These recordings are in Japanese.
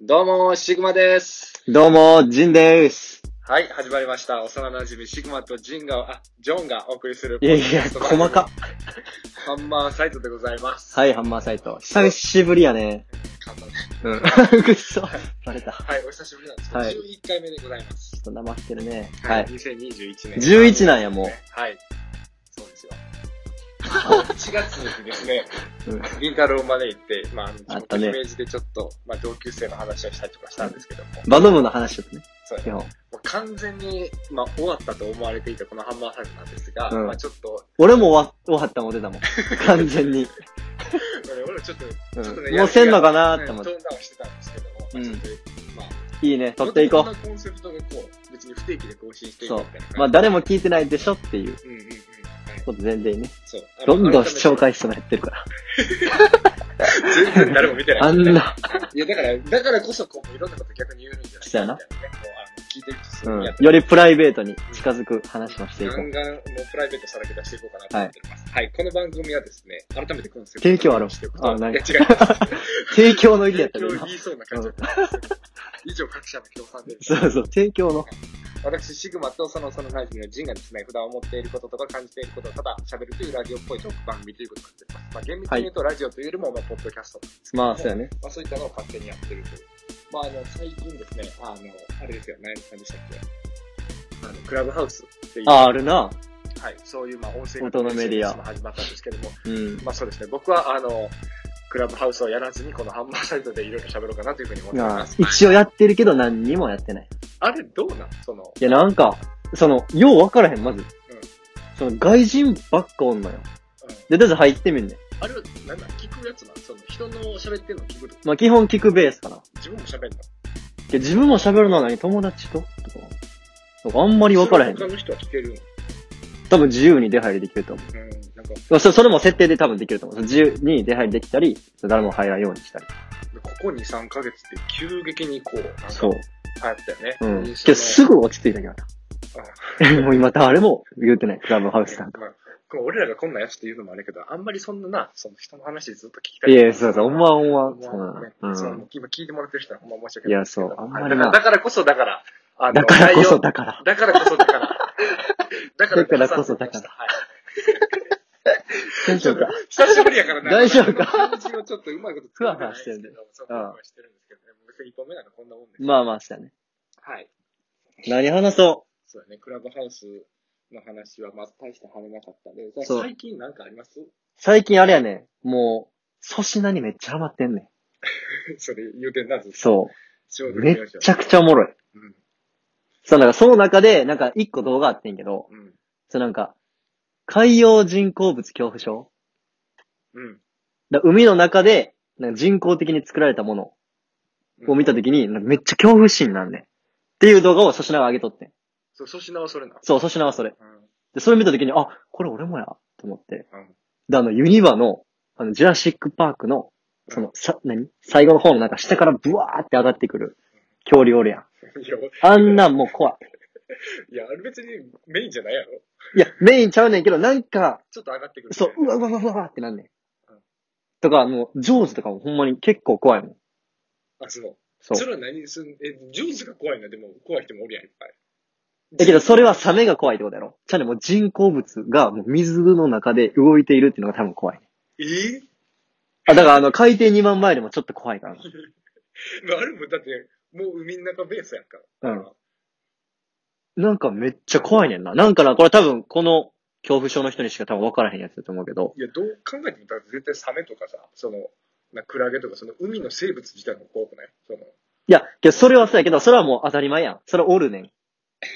どうも、シグマです。どうも、ジンです。はい、始まりました。幼馴染み、シグマとジンが、あ、ジョンがお送りする。いやいや、 細か。。ハンマーサイトでございます。はい、ハンマーサイト。久しぶりやね。簡単ねうん。 くっそ。バレた。ちょはい、お久しぶりなんですけど、はい11回目でございます。っとなまってるね。はい。 2021年。 11なんや、もはい。そうですよ。1月にです ね、う。うん。銀太郎まで行って、まあ、あっ地た元ねイメージでちょっと、まあ、同級生の話をしたりとかしたんですけども、バド部の話だったね。そうです基ね本。もう完全に、まあ、終わったと思われていたこのハンマーサイトなんですが、うんまあ、ちょっと、俺も終わ終わったもん、出 たもん。完全に。俺ちょっと、うちょっとん。ねもうせんのかなーってトー思ンっダて。ウンしてたんですけども、まあうんちょっとまあ、いいね、撮っていこんなコンセプトがこう、別に不定期で更新していくそみうたいな感じ。う。まあ、誰も聞いてないでしょっていううんうんうん。はいこと全然ね。そう。どんどん視聴会回数も減ってるから。全然誰も見てない。あんな。いや、だから、だからこそ、こう、いろんなこと逆に言うんじゃないそうやなみたいねこうあの聞いてる人すうごいんやっ。てよりプライベートに近づく話もしていこガンう。ガンのプライベートさらけ出していこうかなと思っております。はい。この番組はですね、改めてコンセプト提供あるしておくあと。ない いや、違います。提供の意義やった提けど供な。言いそうな感じだ ったんですけど。以上、各社の協賛で。そうそう、提供の。私、シグマとその幼馴染のジンがですね、普段思っていることとか感じていることをただ喋るというラジオっぽいトーク番組ということになっております。まあ、厳密に言うと、ラジオというよりも、まあ、ポッドキャストなんですけどもまあ、そうやね。まあ、そういったのを勝手にやってるという。まあ、あの、最近ですね、あの、あれですよ、何何でしたっけあの、クラブハウスっていう、あ、あるな。はい、そういう、まあ、音声音のメディアも始まったんですけども、うん。まあそうですね、僕は、あの、クラブハウスをやらずに、このハンマーサイトでいろいろ喋ろうかなというふうに思っておりあます。一応やってるけど何にもやってない。あれ、どうなんその、いや、なんか、その、よう分からへん、まず。その、外人ばっかおんのよ。うんで、とりあえず入ってみんねん。あれは、なんだ、聞くやつなんその、人の喋ってるの聞くとまあ、基本聞くベースかな。自分も喋るので、自分も喋るのは何友達ととか。なんかあんまり分からへんそ。れ他の人は聞けるの多分自由に出入りできると思うん、なんか、う。それそれも設定で多分できると思う。その自由に出入りできたり、誰も入らんようにしたり。ここ2、3ヶ月って急激にこう、なんかそう。流行ったよね。うん。印象けのど、すぐ落ち着いたけどな。 もう今誰も言うてない。クラブハウスなんか。まあこう俺らがこんなやつって言うのもあれやけど、あんまりそんなな、その人の話ずっと聞きたいい。や、そうそう、おんわおんわ。まそあうなのねうんその今聞いてもらってる人はほんま申し訳いない。や、そう。あんまはいりなだ。からこそ、だから、あのだからこそ、内容だから。だからこそ、だから。だからだからこそだからはいテンションが。久しぶりやからな。大丈夫か感じをちょっとうまいこと作ってないんですけ ど、そう、ふふわわふふわわしてるんですけどね。もう別に1本目なんかこんなもんです。 まあまあ、したね。はい。何話そそうだね。クラブハウスの話は、まあ、大して跳ねなかったんで、そう最近なんかあります う最近あれやね、もう、粗品にめっちゃハマってんねん。それ言うてんな、ずっとそちょう。うどめっ見ましたちゃくちゃおもろい。うん。そう、なんかその中で、なんか一個動画あってんけど、うん。そうなんか、海洋人工物恐怖症うん。だ海の中で、なんか人工的に作られたものを見たときに、なんかめっちゃ恐怖心なんねん。っていう動画を粗品が上げとってん。そう、粗品はそれな。そう、粗品はそれ。うん。で、それ見たときに、あ、これ俺もや、と思って。うん。で、あの、ユニバの、あの、ジュラシックパークの、その、さ、何最後の方のなんか下からブワーって上がってくる恐竜おるやん。 いや、あんなんもう怖い。いや、あれ別にメインじゃないやろいや、メインちゃうねんけど、なんか、ちょっと上がってくる。そう、うわうわうわうわってなんねんうん。とか、もう、ジョーズとかもほんまに結構怖いもん。あ、そう。そ。そうれは何すん、え、ジュースが怖いな、でも怖い人もおるやん、いっぱい。だけど、それはサメが怖いってことやろ。ちゃうねんもう人工物がもう水の中で動いているっていうのが多分怖い、ね。ええあ、だからあの、海底2万マイルもちょっと怖いから な。まああれもだって、もう海の中ベースやんか。うん。なんかめっちゃ怖いねんな。なんかな、これ多分、この恐怖症の人にしか多分分からへんやつだと思うけど。いや、どう考えても、だって絶対サメとかさ、その、なクラゲとか、その海の生物自体も怖くないその、いや、けどそれはそうやけど、それはもう当たり前やん。それはおるねん。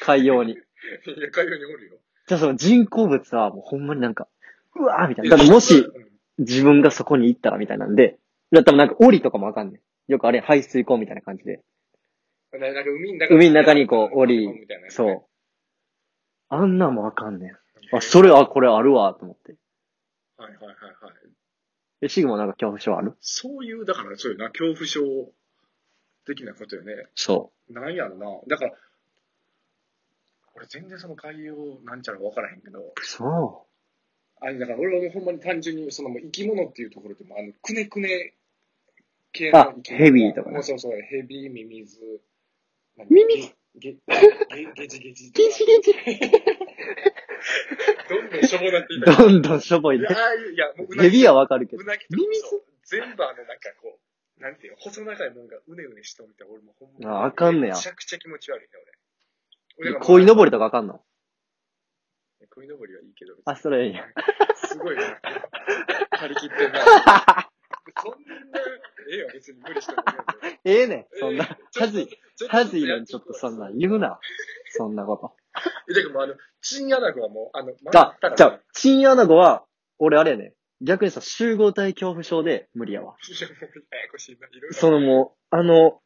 海洋に。いや、海洋におるよ。じゃあその人工物はもうほんまになんか、うわーみたいな。だってもしうん自分がそこに行ったらみたいなんで、だったらなんか檻とかもあかんねん。よくあれ排水溝みたいな感じで。ななんか海の中海の中にこう檻みたいなやつそねう。あんなんもあかんねん。あ、それ、あ、これあるわ、と思って。はいはいはいはい。え、シグマなんか恐怖症あるそういう、だからそういうな、恐怖症的なことよね。そなんやろな。だから、俺全然その海洋なんちゃら分からへんけど、う。 そあれだから俺はもうほんまに単純にそのもう生き物っていうところでも、あの、くねくね系あヘビーとかねね。そうそう、ヘビー、ミミズ。ミミズゲゲゲゲジゲジ。ゲジゲジ。どんどんしょぼなっていった。どんどんしょぼいね。ああいう、いや、もううなぎヘビはわかるけどう。なぎとかミミズそう全部あの、なんかこう、なんていうの、細長いもんがうねうねしとみたい俺もほんまああかんねやめちゃくちゃ気持ち悪いね、俺。俺鯉のぼりり。とかわか んの鯉のぼりはいいけど。別にあ、それいいや。すごいな。 張り切ってんな。そんな、ええよ、別に無理してもいいええねん。そんえなえ、恥ずい。よ。恥ずいのにちょっとそんな。な言 うな。そんなこと。え、だからもうあの、チンアナゴはもう、あの、あたら、じゃあ、チンアナゴは、俺あれやね。逆にさ、集合体恐怖症で無理やわ。いや、もう、ややこしいな、いろいろ。そのもう、あの、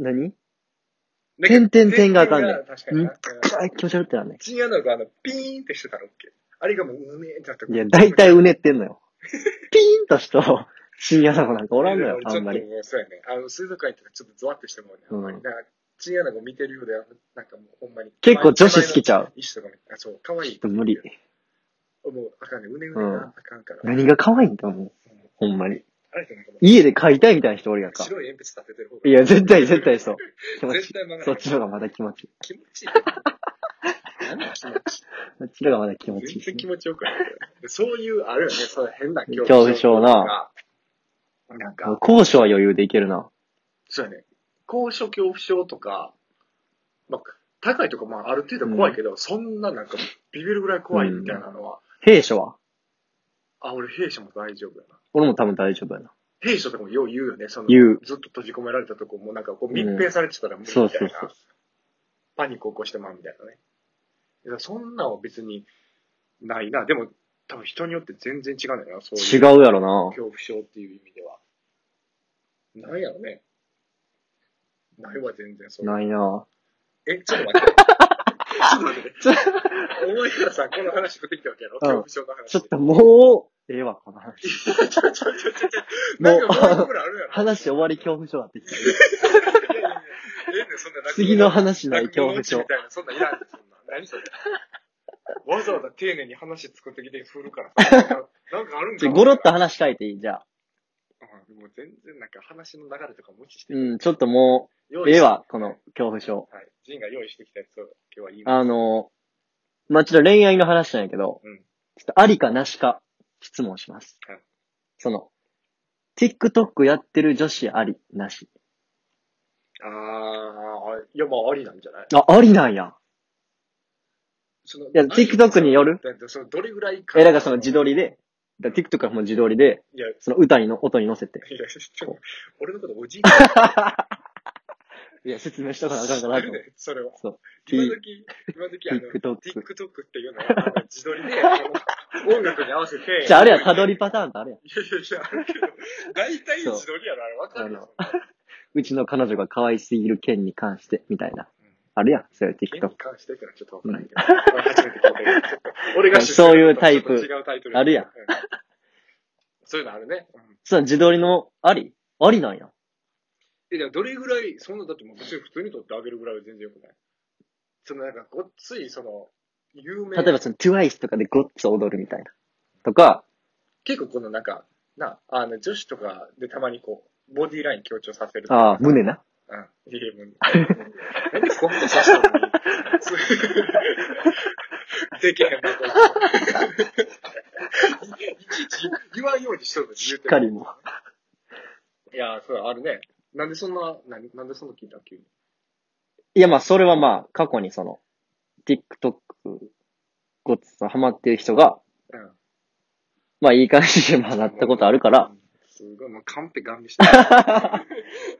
何なんか点々点があかんねん点々が確かになうんあ、気持ち悪ってなんねチンアナゴはあの、ピーンってしてたら OK。あれがもう、うめえってなったん。いや、大体うねってん のよ。ピーンと人、チンアナゴなんかおらんのよ、いやあんまりちょ。っともうそうやね。あの、水族館行ったらちょっとゾワッとしてもうね。あんまり。うんだから、チンアナゴ見てるようで、なんかもうほんまに。結構女子好きちゃう。一種とかも、あ、そう、可愛いちょっと無理。もう、あかんね。うねうねうんな、あかんから。何が可愛いんだもう。ほんまに。あれってなんかもう家で飼いたいみたいな人おるやんか。白い鉛筆立ててる方が。いや、絶対絶対そう。気持ちい 絶対曲い。がそらっない。ちの方がまだ気持ちいい。気持ちいい。何気持ちそっちの方がまだ気持ちいい。全いい然気。持ちよくない。そういう、あるよね、そう変な恐怖症恐な怖症とか。なんか、高所は余裕でいけるな。そうやね。高所恐怖症とか、まあ、高いとか、まあ、ある程度怖いけど、そんななんか、ビビるぐらい怖いみたいなのは、兵所はあ、俺、弊社も大丈夫だな。俺も多分大丈夫やな。弊社とかもよう言うよね、その、言うずっと閉じ込められたとこも、なんかこう、密閉されてたら無理みたいそな。うそうそう。パニック起こしてまうみたいなね。いやそんなんは別にないな。でも、多分人によって全然違うんだよな、そう違いううやろな。恐怖症っていう意味では。なんやろね。ないわ、全然。そういうないな。え、ちょっと待 って。ちょっと待って。思いからさ、この話振ってきたわけやろ、恐怖症の話。ちょっともう、ええわ、こ の話。ちょ、ちょ、ちょ、ちょ、ちょ、なんか5個ぐらいあるやろ。 話終わり恐怖症だって言ってる。いやいやいやええねんそんな落語次の話ない落恐語のう怖ちみ症。たいな、そんなんいらんねんそんな。何それ。わざわざ丁寧に話作ってきて振るからさ。なんかなんかあるんちかょごろっと話変えていいじゃあ。うんもう全然なんか話の流れとか無視して。うん、ちょっとも用う、意しええわ、この。恐怖症。はい。ジンが用意してきたやつを今日は言います。あの、まあ、ちょっと恋愛の話なんやけど、うんちょっとありかなしか質問します。はいその、TikTok やってる女子あり、なし。あー、いや、まあありなんじゃないあ、ありなんや。そのいいや TikTok によるそのどれぐらいか。え、だからその自撮りで、だから TikTok はもう自撮りで、いや、いその歌にの、音に乗せて。や、ちょ俺のことおじいちゃんいや、説明したからあかんかなと思って。ね、 それは。そう。今時、今時あの、 TikTok TikTok っていうのは、あの自撮りで、あ の音楽に合わせて。 じゃあ、あれや、いやたどりパターンとあれや。いやいや、あるけど、大体自撮りやろ、あれわかるよ。うちの彼女が可愛すぎる件に関して、みたいなうん。あるやん、そういう絵に TikTok。関してってのはちょっとわからないけど。初めて聞いたけどちょっと俺が主張そういうタイプちょっと違うタイトルあるやんうんそういうのあるね。うんその自撮りのありありなんや。え、でもどれぐらい、そんな、だってもう別に普通に撮ってあげるぐらいは全然よくないそのなんか、ごっつい、その、有名例えばその TWICE とかでごっつ踊るみたいな。とか、結構このなんか、な、あの、女子とかでたまにこう、ボディライン強調させるとか。ああ、胸な。うん。いや、もう、なんでコントさせたのに。できへんな、こいついちいち言わんようにしとるのにし言っうてかりもう。いや、そう、あるね。なんでそんな、なんなんでそんな聞いた急に。いや、まあ、それはまあ、過去にその、TikTok、ごっつハマってる人が、うん。まあ、いい感じになったことあるから、 うん。すごい、もうカンペガン見してる。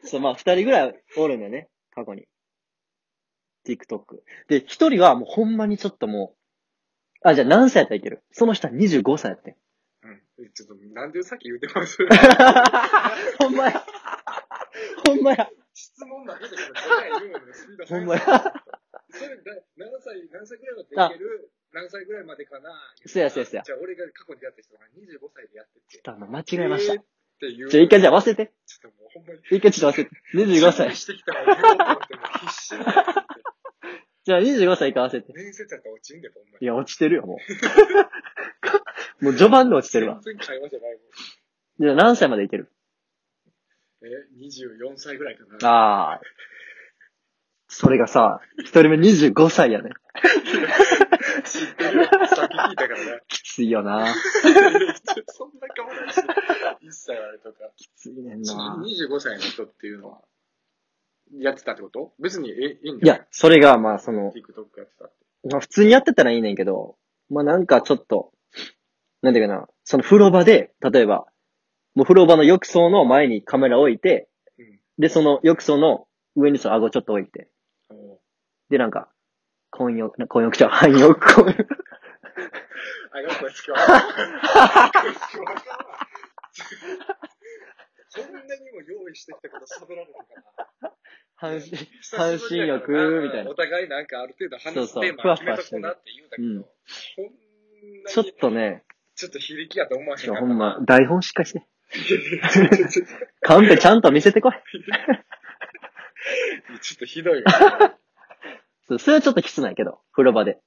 そう、まあ、二人ぐらいおるんだよね、過去に。TikTok。で、一人はもうほんまにちょっともう、あ、じゃあ何歳やったらいけるその人は25歳やってん。 うん。ちょっと、なんでさっき言うてますほんまや。ほんまや。質問だけで答え言うののスピードほんまや。それ、だ何歳、何歳ぐらいまでいける何歳ぐらいまでかなそうやそうやそうやじゃあ、俺が過去にやった人が25歳でやってて。ちょっとあの間違えましたえーっていう。ちょ、一回じゃあ、あ忘れて。ちょっともうほんまに。一回ちょっと忘れて。25歳。してきたら言おうと思って、もう必死になってじゃあ25歳一回忘れて。面接やったら落ちんで、ほんまいに。や、落ちてるよ、もう。もう序盤で落ちてるわ。 全然会話じゃないもん。じゃあ何歳までいけるえ、24歳ぐらいかな。ああ。それがさ、一人目25歳やね。知ってるよ。先聞いたから ね。きついよな。そんな変わらないし、1歳あれとか。きついねんちななみ。に25歳の人っていうのは、やってたってこと別にえいいんいだや、それがまあその、 TikTok やってたって。まあ普通にやってたらいいねんけど、まあなんかちょっと、なんていうかな、その風呂場で、例えば、もう風呂場の浴槽の前にカメラ置いて、うんで、その浴槽の上にその顎ちょっと置いて、あので、なんか、婚浴、な婚浴ちゃう、汎浴、婚浴。あ、やっ ぱ使わない。こんなにも用意してきたこと喋られたから。半身、久しぶりやからな半身浴みたい なお互いなんかある程度話すそうそうテーマ決めとこうなって言うんだけど、こんなにちょっとね、ちょっと非力やと思わへんちかょったほんま、台本しっかりして。 ちょちょちょカンペちゃんと見せてこい。ちょっとひどいわ。そうそれはちょっときつないけど、風呂場で。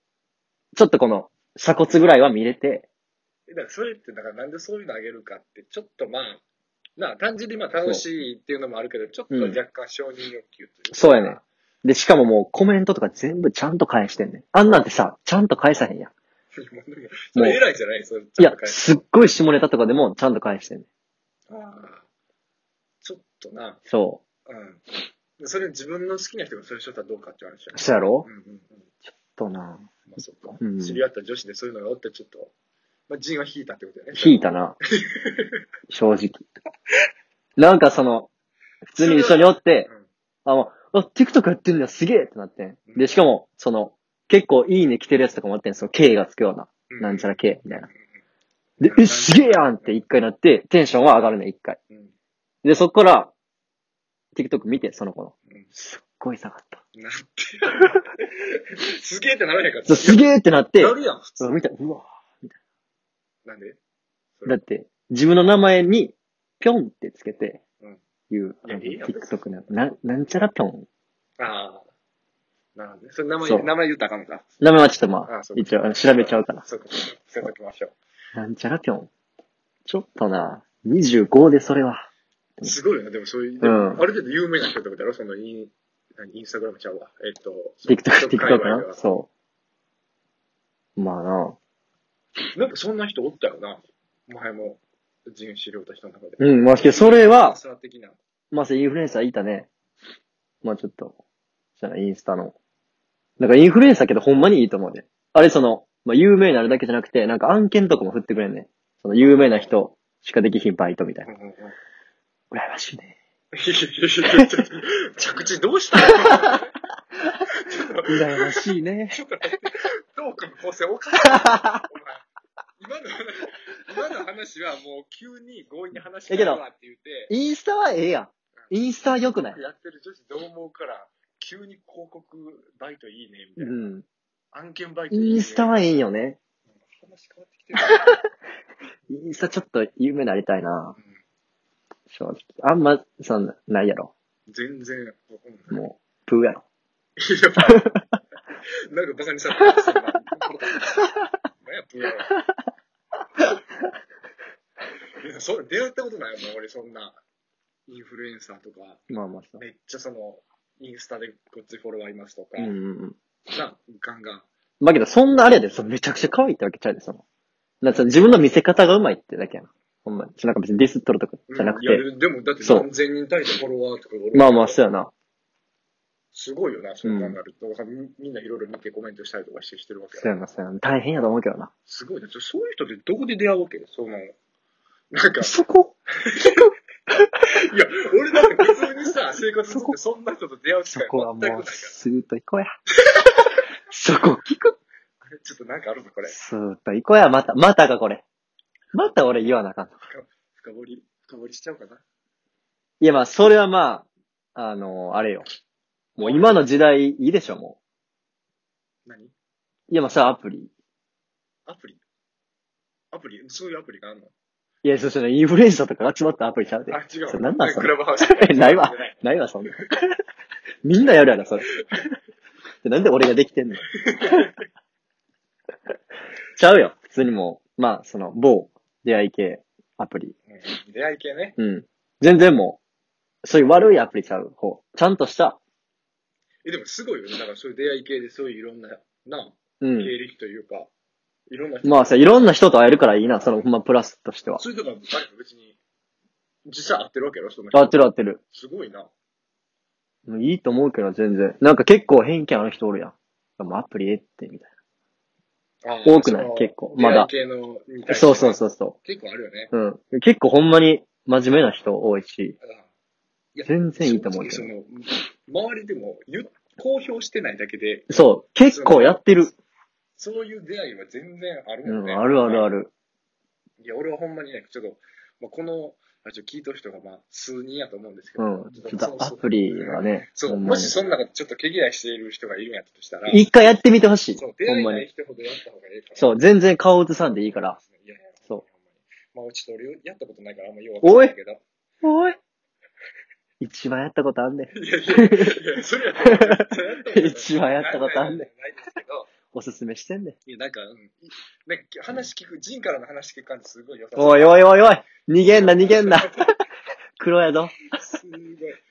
ちょっとこの、鎖骨ぐらいは見れて、えだからそれって、だからなんでそういうのあげるかって、ちょっとまあ、なあ単純にまあ楽しいっていうのもあるけど、ちょっと若干承認欲求というかそうやね。で、しかももうコメントとか全部ちゃんと返してんねん。あんなんてさ、ちゃんと返さへんやん。それ偉いじゃないそれちいゃやんと、返すすっごい下ネタとかでもちゃんと返してんねん。ああちょっとな、そうん。でそれ自分の好きな人がそれしとったらどうかって話じゃう。そうやろうんうんうん。となまあそっか、うん知り合った女子でそういうのがおって、ちょっと、まあ、陣は引いたってことだよね。引い たな。正直。なんかその、普通に一緒におって、あ、もう、あ、TikTok やってるんだ、すげえってなってん。で、しかも、その、結構いいね来てるやつとかもあってん、その、K がつくような、うん。なんちゃら。ら K みたいな。んで、え、すげえやんって一回なって、テンションは上がるね、一回。うん。で、そこから、TikTok 見て、その子の。うんすっごい下がった。な って。すげえってならへんかった。そうすげえってなって、なるやん、普通うん。見た、うわ。なんでだって、自分の名前に、ぴょんってつけて、うんいう、いやあのいいよ TikTok の、な、なんちゃらぴょん。ああ。なるほどね。それ名そ前、う名前言ったらあかんのか。名前はちょっとまああ、そう一応あの調べちゃうから。そうか、そうか。そうか、きましょなんちゃらぴょん。ちょっとな、25でそれは。う。すごいよね、でもそういう、うんある程度有名な人ってことやろそのイン、何、インスタグラムちゃうわ。えっと、 TikTok、界 TikTok 隈ではな。そう。まあな。なんかそんな人おったよな。前も、人種量た人の中で。うん、まあ、けどそれパーは、ソナー的な。まあ、インフルエンサーいたね。まあ、ちょっと、じゃあインスタの。なんかインフルエンサーけどほんまにいいと思うで。あれ、その、まあ、有名になるだけじゃなくて、なんか案件とかも振ってくれんね。その、有名な人しかできひんバイトみたいうんな。うんうん。羨ましいね。着地どうしたの羨ましいね。どうかの構成おかしいな。お前今の話、今の話はもう急に強引に話してるわって言って、 インスタはええやん。インスタは良くないやってる女子どう思うから、急に広告バイトいいね、みたういな。ん。案件バイトいいね。インスタはええんよね。話変わってきてる。インスタちょっと有名になりたいなう。ん正直。あんま、そんな、ないやろ。全然、うんもう、プーやろ。なんかバカにされた。そんな何や、プロやろ。いや、それ出会ったことないもん、俺そんな。インフルエンサーとか、まあまあそう。めっちゃその、インスタでこっちフォロワーいますとか、うんうんうん。な、ガンガン。まあけど、そんなあれやで、そのめちゃくちゃ可愛いってわけちゃうで、その。なんかその自分の見せ方がうまいってだけやな。ほんまに。そのなんか別にディスっとるとかじゃなくいやて。、でもだってそう何千人単位のフォロワーとかおるまあまあ、そうやな。すごいよな、そんなんなると。だからみみんないろいろ見てコメントしたりとかしてしてるわけそうやな、そうやな。大変やと思うけどな。すごいね。そそういう人ってどこで出会うわけその、なんか、そこいや、俺だって普通に さ、生活するそっこてそんな人と出会う機そ会こは全くないかもらう、。スーッと行こうや。 そこ聞くあれちょっとなんかあるぞ、これ。スーッと行こうや、また。またか、これ。また俺言わなあかん。深掘り、深掘りしちゃおうかな。いや、まあ、それはまあ、あのあれよ。もう今の時代いいでしょ、も何う。いや、まあ、それはアプリ。アプリアプリそういうアプリがあるのいや、そうそう、インフルエンサーとか集まったアプリちゃうで。あ、違。そうれなんなんそクれラブハウス。 ないわ。ないわ、そんな。みんなやるやろ、それ。でなんで俺ができてんのちゃうよ。普通にもう、まあ、その、某出会い系アプリ。うん出会い系ね。うん。全然もそういう悪いアプリちゃう方。ちゃんとした。え、でもすごいよね。だからそういう出会い系でそういういろんな、な、う経ん。歴というか、いろんな人、まあさ、いろんな人と会えるからいいな、その、ほんまプラスとしては。そういうとこは誰か別に、実際合ってるわけやろ、その人合ってる合ってる。すごいな。もういいと思うけど、全然。なんか結構偏見ある人おるやん。でもアプリええって、みたい多くないその結構まだ出会い系のみたいな。なそうそうそうそ結構あるよね。う。うん。結構ほんまに真面目な人多いし、うんいや全然いいと思うけど正直その、周りでも言う、公表してないだけで、そう、結構やってる。そういう出会いは全然あるうもんん、ね。あるあるある。る。いや、俺はほんまにね、ちょっと、まあ、この、あちょっと聞いた人が、まあ、数人やと思うんですけうど、ん。ちょっとアプリがね、そうほんもまにし。その中でちょっと毛嫌いしている人がいるんやったとしたら、一回やってみてほしい。そう、出ほ会んいまないに。人ほどやった方がいいから。う。そう、全然顔映さんでいいから。いやいや、そうほんまに。まあ、ちょっと俺、やったことないから、あんまよくわかんないけど。おい一番やったことあんねん。いやいや、いや、それやったことない一番やったことあんねんないですけど、おすすめしてんねん。いや、なんか、うん、いなんか話聞く、ジンからの話聞く感じすごい良さそう。おいおいおいおい逃げんな逃げんな黒やぞ。すごい。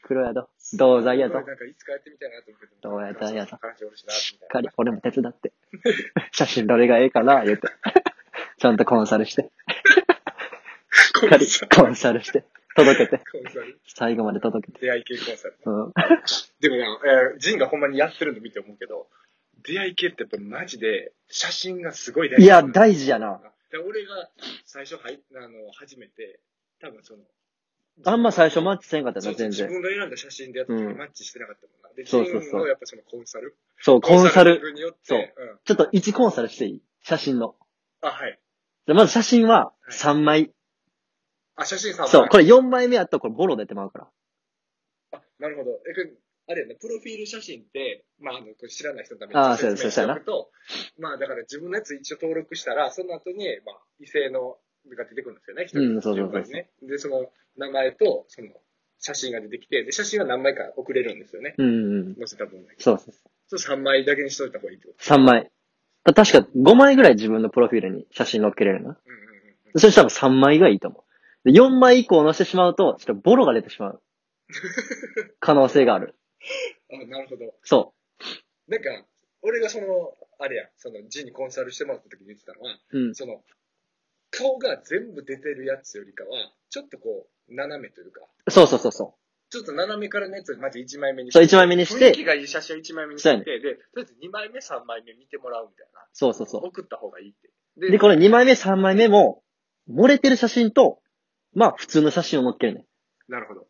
黒やぞ。銅罪やすごぞい。なんかいつかやってみたいなと思ってどうやったんやと感じおるしな、みたかいりな。、俺も手伝って。写真どれがええかな言うて。ちゃんとコンサルして。コかンりサ、ル。コンサルして。届けて。コンサル。最後まで届けて。出会い系コンサル。うん。でもな、えージンがほんまにやってるの見て思うけど、出会い系ってやっぱマジで、写真がすごい大いや、大事やな。で俺が最初はい、あの、初めて、多分その、あんま最初マッチせんかったそうな、そう全自然。分が選んだ写真でやった時にうんマッチしてなかったもんな。で、ジそうそうそうンのやっぱそのコンサルそう、コンサル。によって、そうんちょっと1コンサルしていい写真の。あ、はい。じゃまず写真は3枚。あ、写真さんそう、これ4枚目やったらこれボロ出てまうから。あ、なるほど。え、これあれやね、プロフィール写真って、まあ、あの、これ知らない人のためあーに説そう明やしてそうおやくと、まあ、だから自分のやつ一応登録したら、その後に、まあ、異性のが出てくるんですよね、一うんそうそうそう順番にね。で、その名前と、その、写真が出てきて、で、写真は何枚か送れるんですよね。うんうん。載せた分だけ。そうそうそそう、3枚だけにしといた方がいいってこと。う。3枚。た確か5枚ぐらい自分のプロフィールに写真載っけれるうんうな。んうんうん。それ多分3枚がいいと思う。で4枚以降載せてしまうと、ちょっとボロが出て しまう。可能性がある。あ、なるほど。そなんか、俺がその、あれや、その、ジンにコンサルしてもらった時に言ってたのは、う。うん。その、顔が全部出てるやつよりかは、ちょっとこう、斜めというか、そうそうそうそちょっと斜めからのやつをまず1枚目にう。そう、1枚目にし雰囲気て、がいい写真を1枚目にしそうて、やねで、とりあえず2枚目、3枚目見てもらうみたいな。そうそうそ送った方がいいって。う。でで、これ2枚目、3枚目も、漏れてる写真と、まあ普通の写真を載っけるね。なるほど。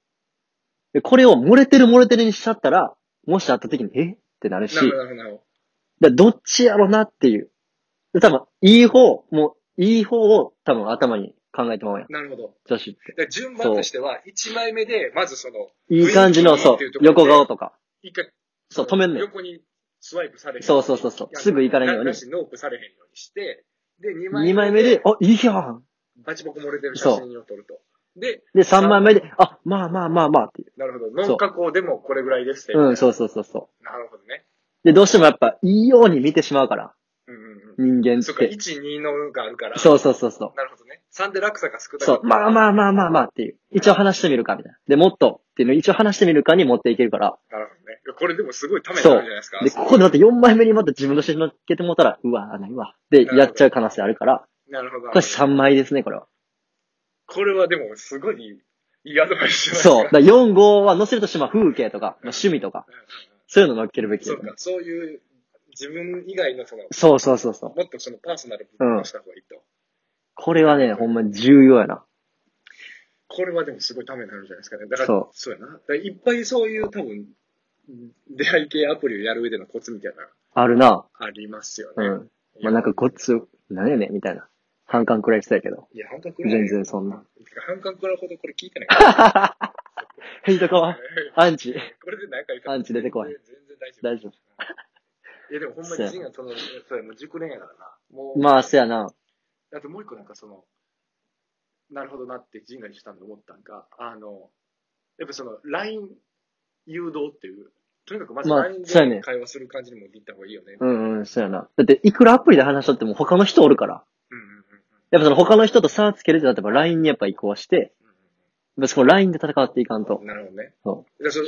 で、これを漏れてる漏れてるにしちゃったら、もし会った時に、えってなるし、なだるかほど、なるほどなるほらどっちやろなっていう。で多分、いい方、もう、いい方を多分頭に考えてもらうやん。ど。なるほど。女子って。だから順番としては、1枚目で、まずその、いい感じ雰囲の、気いいそっていうとう、ころで横顔とか。一回、そう、止めんねん。横にスワイプされへんそうそうそうそう。すぐ行かれんようにな。し、ノープされへんようにして、で、2 2枚目で、あ、いいやん。バチボコ漏れてる写真を撮ると。で、で、3枚目で、あ、まあまあまあまあっていう。なるほど。うノン加工でもこれぐらいですって。うん、そうそうそうそなるほどね。う。で、どうしてもやっぱ、いいように見てしまうから、うんうん人う間ん。っそっか、て。 1、2のがあるから。そうそうそうそなるほどね。3で落差が少う。ない。そう、まあまあまあまあまあっていう。一応話してみるか、みたいな。で、もっとっていうのを一応話してみるかに持っていけるから。なるほどね。いやこれでもすごいためになるじゃないですか。で、ここでまた4枚目にまた自分の写真乗っけてもらったら、うわー、ないわ。で、やっちゃう可能性あるから。なるほど。これ3枚ですね、これは。これはでもすごいいいアドバイスじゃないですか。そう。だから4、5は載せるとしても風景とか、まあ趣味とか、うんうんうんそういうの乗っけるべきだそうよねか、そういう自分以外のその、そうそうそうそう。もっとそのパーソナルをした方がいいと。これはね、ほんまに重要やな。これはでもすごいためになるじゃないですかね。だから、そうそうやな。だからいっぱいそういう多分、出会い系アプリをやる上でのコツみたいな、あるな。ありますよね。うん。まあ、なんかごっつ、なんやねん、みたいな。反感くらいしてたけど。いや、半角くらい。全然そんな。てか、半角くらいほどこれ聞いてない から。ヘイトかわ。アンチ。これで何回か。アンチ出てこい全然大丈夫。大丈いや、でもほんまにジンがその、そうや、もう熟練やからな。も夫。う、まあ、せやな。あともう一個なんかその、なるほどなってジンが言ってたんで思ったんが、あの、やっぱその、LINE 誘導っていう、とにかくまずまあ LINE そうやねで会話する感じにもいった方がいいよね。ううんんうん、せやな。だって、いくらアプリで話したっても他の人おるから。うんうんうんやっぱその他の人と差つけるってなってば LINE にやっぱ移行して、うんうんっぱそこ LINE で戦っていかんと。なるほどね。そだからその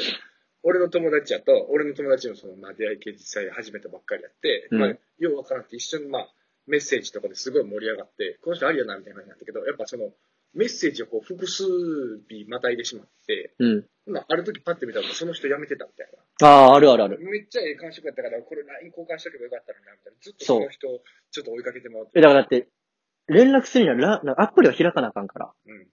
俺の友達やと、俺の友達のその、まあ、出会い系実際始めたばっかりやって、うんまあ、ようわからんって一緒に、まあ、メッセージとかですごい盛り上がって、この人ありやな、みたいな感じになったけど、やっぱその、メッセージをこう複数日またいでしまって、う。うん。まあ、ある時パッて見たら、その人辞めてたみたいな。ああ、あるあるある。めっちゃええ感触やったから、これ LINE 交換しとけばよかったのにな、みたいな。ずっとその人、ちょっと追いかけてもらって。え、だからだって、連絡するにはラ、なんかアプリを開かなあかんから。うん。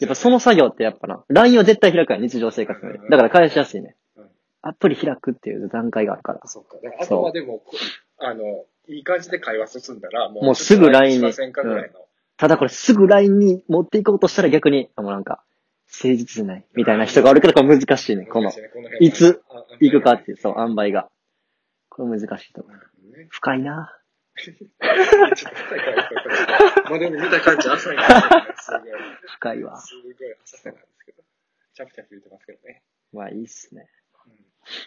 やっぱその作業ってやっぱな、LINE は絶対開くやん、日常生活の上で。だから返しやすいねうん。アプリ開くっていう段階があるから。そっか。だからあとはでも、こあの、いい感じで会話進んだら、ももうすぐ LINE にしませんかぐらいの。ただこれすぐ LINE に持っていこうとしたら逆に、あ、もうなんか、誠実じゃない、みたいな人がおるからこれ難しいね、この難し、ねの辺いつああ行くかっていう、そう、塩梅が。これ難しいと思う。なるほどね深いなちょっと深い会話だったまあでも見た感じ浅い な。すごい。深いわ。すごい浅さなんですけど。チャプチャプ言ってますけどね。まあいいっすね。うん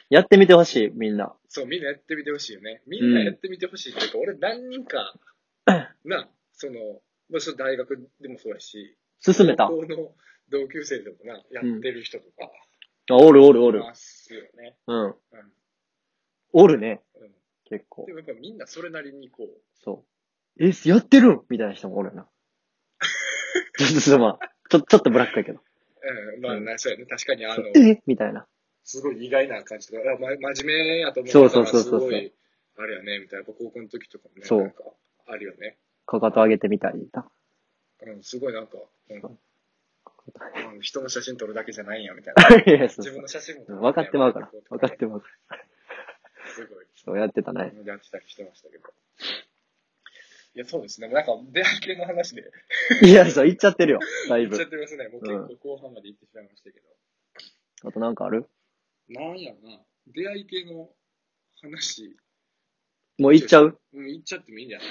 やってみてほしい、みんな。そう、みんなやってみてほしいよね。みんなやってみてほしいっていうか、俺何人か、 な、その、まあ、その大学でもそうやし、進めた。あ、高校の同級生でもな、やってる人とか、おるおるおいる。ますよね。うん。うんおるね、うん結構で。もやっぱみんなそれなりにこう、そう。え、やってるんみたいな人もお るよな。ちょっとちょっとまあ、ちょ、ちょっとブラックやけど。うん、まあ、なそうやね。確かにあそのう、えみたいな。すごい意外な感じとか、あま、真面目やと思そううかそら、うそうすそうそうごい、あれやね、みたいな。やっぱ高校の時とかもね、そうなんか、あるよね。かかと上げてみたりな。うん、すごいなんか、うんそううん、人の写真撮るだけじゃないんや、みたいな。 いや、そ自うそ分の写真も撮う。る。分かってまうから。分かってまうから。すごい。そうやってたね。やってたりしてましたけど。いや、そうですね。なんか、出会い系の話で、いや、そう、行っちゃってるよ。だい言っちゃぶっ。てますね。もう結構後半まで行ってしまいましたけど。あとなんかあるなんやろな、出会い系の話、もう行っちゃううん、言っちゃってもいいんじゃな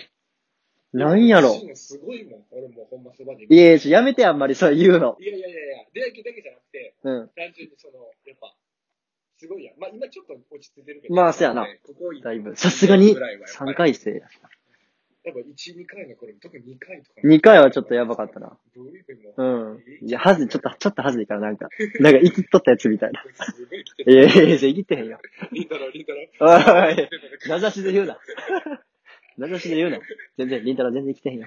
いなんやろ欲しい。のすごいもん。俺もうほんまそばで。いや、ちょやめてあんまりそう言うの。いやいやいやいや、出会い系だけじゃなくて、うん。単純にその、やっぱ、すごいやん。まあ今ちょっと落ち着いてるけど。まあそうやな。ここだいぶ。さすがにぐらいはやっぱり3回生やしな。やっぱ1、2回の頃、特に2回とか。 2回はちょっとやばかったな。ブーイブイも。うん。いや、はずい、ちょっと、ちょっとはずいから、なんか。なんか、生きっとったやつみたいな。すごい来て いる。やいやいや、生きてへんよ。りんたろー、りんたろー。おい、名指しで言うな。 名指しで言うな。全然、りんたろ全然生きてへんよ。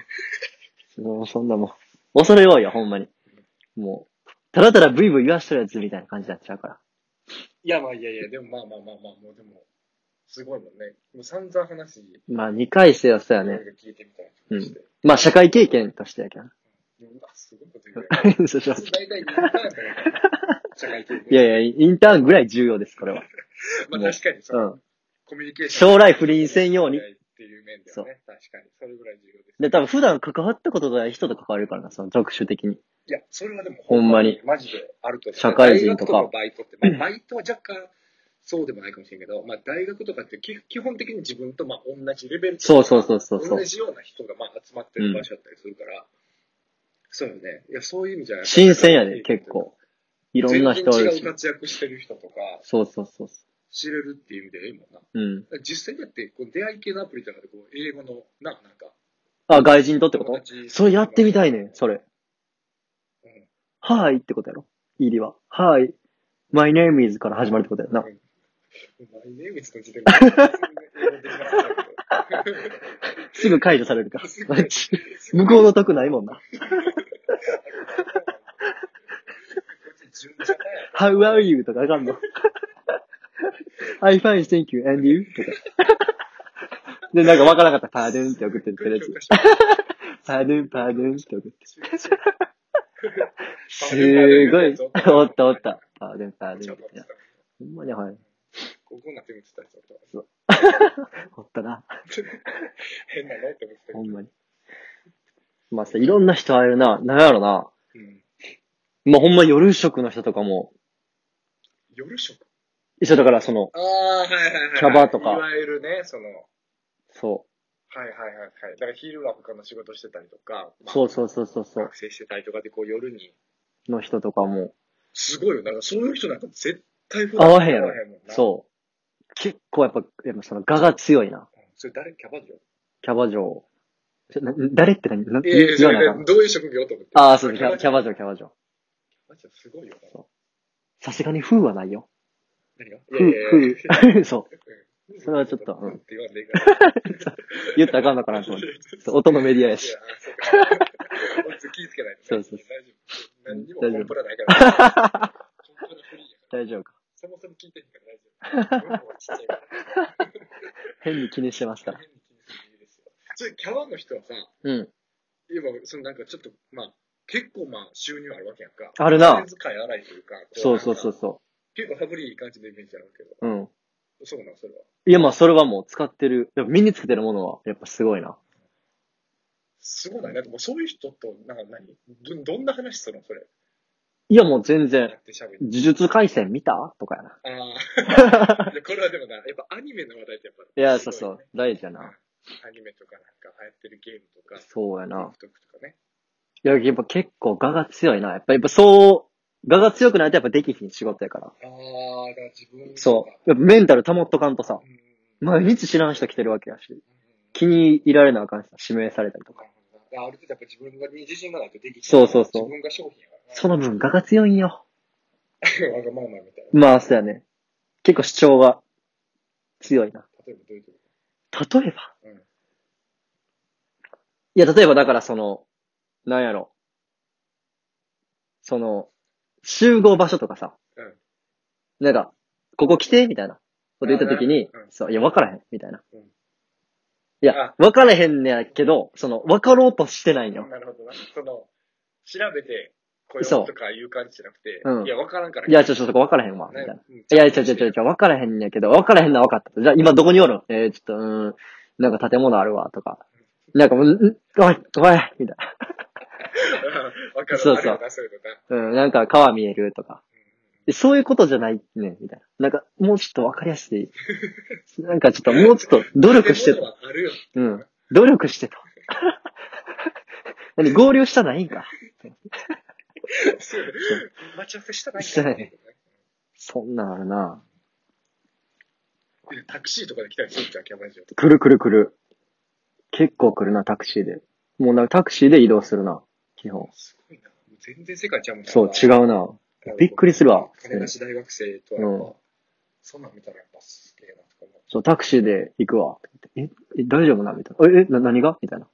もう、そんなもん。恐れようよ、ほんまに。もう、ただただブイブイ言わしとるやつみたいな感じになっちゃうから。いや、まあいやいや、でもまあまあまあまあ、もうでも、すごいもんね。もう散々話、いまあ、2回生はそうやろいね。ろ聞いてみたいなして。まあ、社会経験としてやけどな。 うん。うわ、すごいこと言うね。そうそう大体2回だから、社会経験。いやいや、インターンぐらい重要です、これは。まあ確かにそうの、ん。コミュニケーション。将来不倫せんようにっていう面ではね、確かに。それぐらい重要です。で、多分普段関わったことない人と関われるからな、その特殊的に。いや、それはでもほんまに。マジであると思う社会人とか大学のバイトって、まあ、バイトは若干そうでもないかもしれんけど、まあ大学とかって基基本的に自分とまあ同じレベルとかそうそうそうそうそう同。じような人がまあ集まってる場所だったりするから、そうよね。いや、そういう意味じゃない新鮮やで、結。構。いいろんな人おる違うし。活躍してる人とかそうそうそうそ知れるっていう意味でええもんな。う。うん。実際だって、こう出会い系のアプリとかでこう英語の、な、なんか、あ、外人とってこととそれやってみたいねん、それ。うんはーいってことやろ入りは。はーい。my name is から始まるってことやな。マイネームズの時点で、全然英語できなかったけすぐ解除されるから。どマジ向こうの得ないもんな。純茶だ How are you? とかあか んの。I fine, thank you, and you? とか。で、なんかわからなかったら、パードゥンって送ってる、とりあえず。パードゥン、パードゥンって送って。すご い。おったおった。パードゥン、パードゥンって。ほんまにはい。ここなってみてた人とおったな。変なのって思ってたほんまに。まあさ、いろんな人会えるな。なんやろな。けどうんまあほんま夜食の人とかも、夜食一緒だからその、ああ、はいはいはい。キャバとかいわゆるね、その、はいそはいはいはい。だから昼は他の仕事してたりとか、う。そうう。そうそうそうそう。学生してたりとかで、こう夜に。の人とかも、すごいよ。だからそういう人なんか絶対普合わへんやろ合わへんもんなそう。結構やっぱ、やっぱその、我が強いな。うんそれ誰キャバ嬢キャバ嬢。ちょな誰って何なええ言わなあかんどういう職業と思って。ああ、そう、キキャバ嬢ャキャバ嬢、キャバ嬢。マジですごいよな。さすがに風はないよ。何が風、風。そう。それはちょっとううんんって言わんでいいから。言ったらあかんのかなと思って。そう音のメディアやいしや。、そうか。こいつ気ぃつけないと、そうそうそ大丈夫。う何んにもコンプラないから。コンプラフリーやから。大丈夫か。そもそも聞いてへんから大丈夫。僕もちっちゃいから。変に気にしてますから。変に気にする理由ですよ。それ、キャバの人はさ、うん。いわば、そのなんかちょっと、まあ、結構まあ、収入あるわけやんか。あるなとりえず買い荒いというか、こそうそうそなうんかそ結構羽振りいい感じのイメージあるけど、う。うん。そうなん、それは。いや、まあ、それはもう使ってる。やっぱ身につけてるものは、やっぱすごいな。すごない。なんかもうそういう人と、なんか何ど、どんな話するのそれ。いや、もう全然や。って喋る。呪術回戦見たとかやな。ああ。いやこれは でもな、やっぱアニメの話題ってやっぱ、 いや、そうすそ。ごいう大事やな。アニメとかなんか流行ってるゲームとか、そうやな。 TikTok とかね。いや、やっぱ結構我が強いな。やっぱ、やっぱそう、我が強くないとやっぱできひん仕事やから。ああ、だから自分そう。やっぱメンタル保っとかんとさう。ん。うん毎日知らん人来てるわけやし。うん気に入られなあかんしさ、指名されたりとか。なるほどなある程度やっぱ自分がに自信がないとできないそうそうそう自分が商品やからな。 その分我が強いんよ。わがままみたいな。まあ、そうやね。結構主張が強いな。例えばどういうこと例えば、うんいや、例えばだからその、なんやろ。その、集合場所とかさ。うんなんか、ここ来てみたいなこと言った時に、うんうんそう、いや、わからへんみたいな。うんいやあ、わからへんねやけど、その、わかろうとしてないんよ。なるほどな。その、調べて、こそようとかいう感じじゃなくて、うんいや、わからんから。いや、ちょ、ちょ、そこわからへんわ、みたいな。みいや、違う違う違う違う、分からへんねんけど、分からへんのは分かった。じゃあ今どこにおるんえー、ちょっと、うーん、なんか建物あるわ、とか。なんかもう、んおい、おい、みたいわかる。そうそうあるよなそういうのなな。うん、なんか川見えるとか。でそういうことじゃないねん、みたいな。なんか、もうちょっと分かりやすい。なんかちょっと、もうちょっと努力して建と物。はあるよ。うん、努力してと。 何、合流したないんか。そう待ち合わせしたないしてかならいそんなんあるな。えタクシーとかで来たりするじゃん、キャバ嬢とか。くるくるくる。結構来るな、タクシーで。もうなんかタクシーで移動するな、基本。すごいな。もう全然世界ちゃうもんなそう、違うな。びっくりするわ金出し大学生とはやっぱ、そんなん見たらやっぱすげえなとか思う。そう、タクシーで行くわ。え、え大丈夫なみたいな。え、えな、何がみたいな。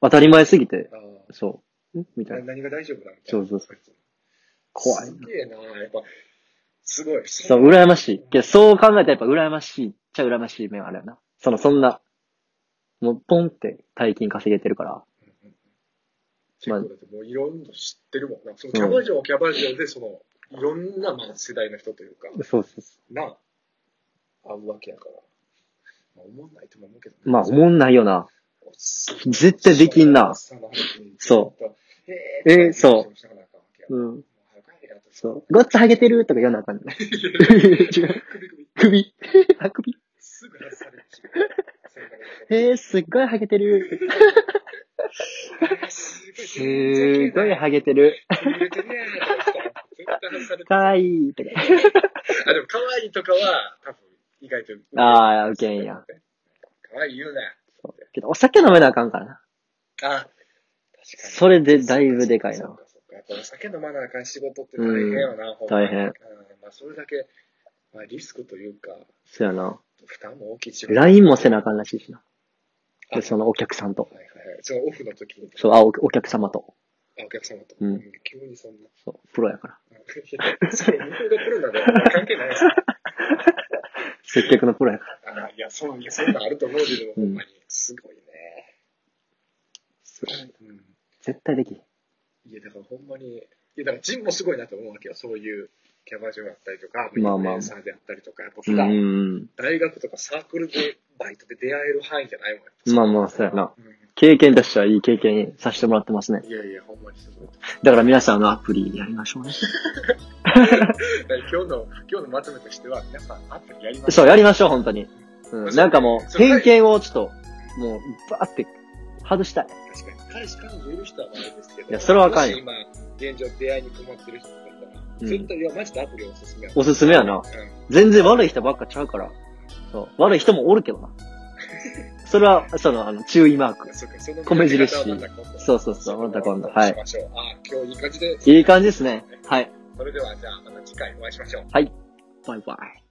当たり前すぎて、ああそう。んみたいなな。何が大丈夫だみたいな。そうそう怖いす。げえな、やっぱ、すごい。そう、羨ましい。けどそう考えたらやっぱ羨ましいっちゃ羨ましい面あるよな。その、そんな、もうポンって大金稼げてるから。結構だってもういろんなの知ってるもんな。そのキャバ嬢はキャバ嬢で、その、いろんなまあ世代の人というか、そうそうな、会うわけやから。まあ、思わないとも思うけど、まあ、思んないよな。う。絶。絶対できんな。そうええ。ーそううん。そそう。ごっつハゲてるとか言わなあかんね。違う。首首 首。あ、首。すぐ外されてしまう。へえ、すっごいハゲてる。すっごいハゲてる。入 れてねえとか言ってたら絶対外されてかわいい。とか。あ、でも、可愛いとかは、多分、意外と。ああ、ウケんや。。可愛い言うな。そうけど、お酒飲めなあかんからな。あ、確かに。それでだいぶでかいそうな。かそうかやっぱお酒飲まなあかん仕事って大変よな、ほんまに大変うんまあ、それだけ、まあ、リスクというか、そうやな。負担も大きいし。 LINE もせなあかんらしいしな。あでそのお客さんとは。いはいはい。そのオフの時に、そう、あ、おお客様と。あお客様と。うんうん急にそんな。 そう、プロやから。それ、向こうがプロなんだから関係ないですよ。接客のプロやから。あいや、そう、いや、そんなんあると思うけど、ほんまに。すごいね。すごい。うん。絶対できひん。いや、だからほんまに、いや、だからジンもすごいなと思うわけよ。そういうキャバ嬢だったりとか、まあまあインフルエンサーであったりとか、やっぱう普段、ん。大学とかサークルで、バイトで出会える範囲じゃないもん。まあまあ、そうやな。う経験としてはいい経験させてもらってますねん。。いやいや、ほんまにすごい。だから皆さんのアプリやりましょうね。だから今日の、今日のまとめとしては、皆さんアプリやりましょそう、やりましょう、本当に。うん。なんかもう、そう偏見をちょっと、もう、バーって、外したい。確かに。彼氏彼女いる人はまだですけど。いやそれはあかんよもし今、現状出会いに困ってる人だったら、うん絶対、いや、マジでアプリおすすめやわおすすめやな。うん。 全然悪い人ばっかちゃうから。そう。悪い人もおるけどな。それは、その、あの、注意マーク。そうか、その米印見せ方はまた今度そうそうそうまた今度はいしましょう。あ、今日いい感じで。いい感じですね。はい。それでは、じゃあ、また次回お会いしましょう。バイバイ。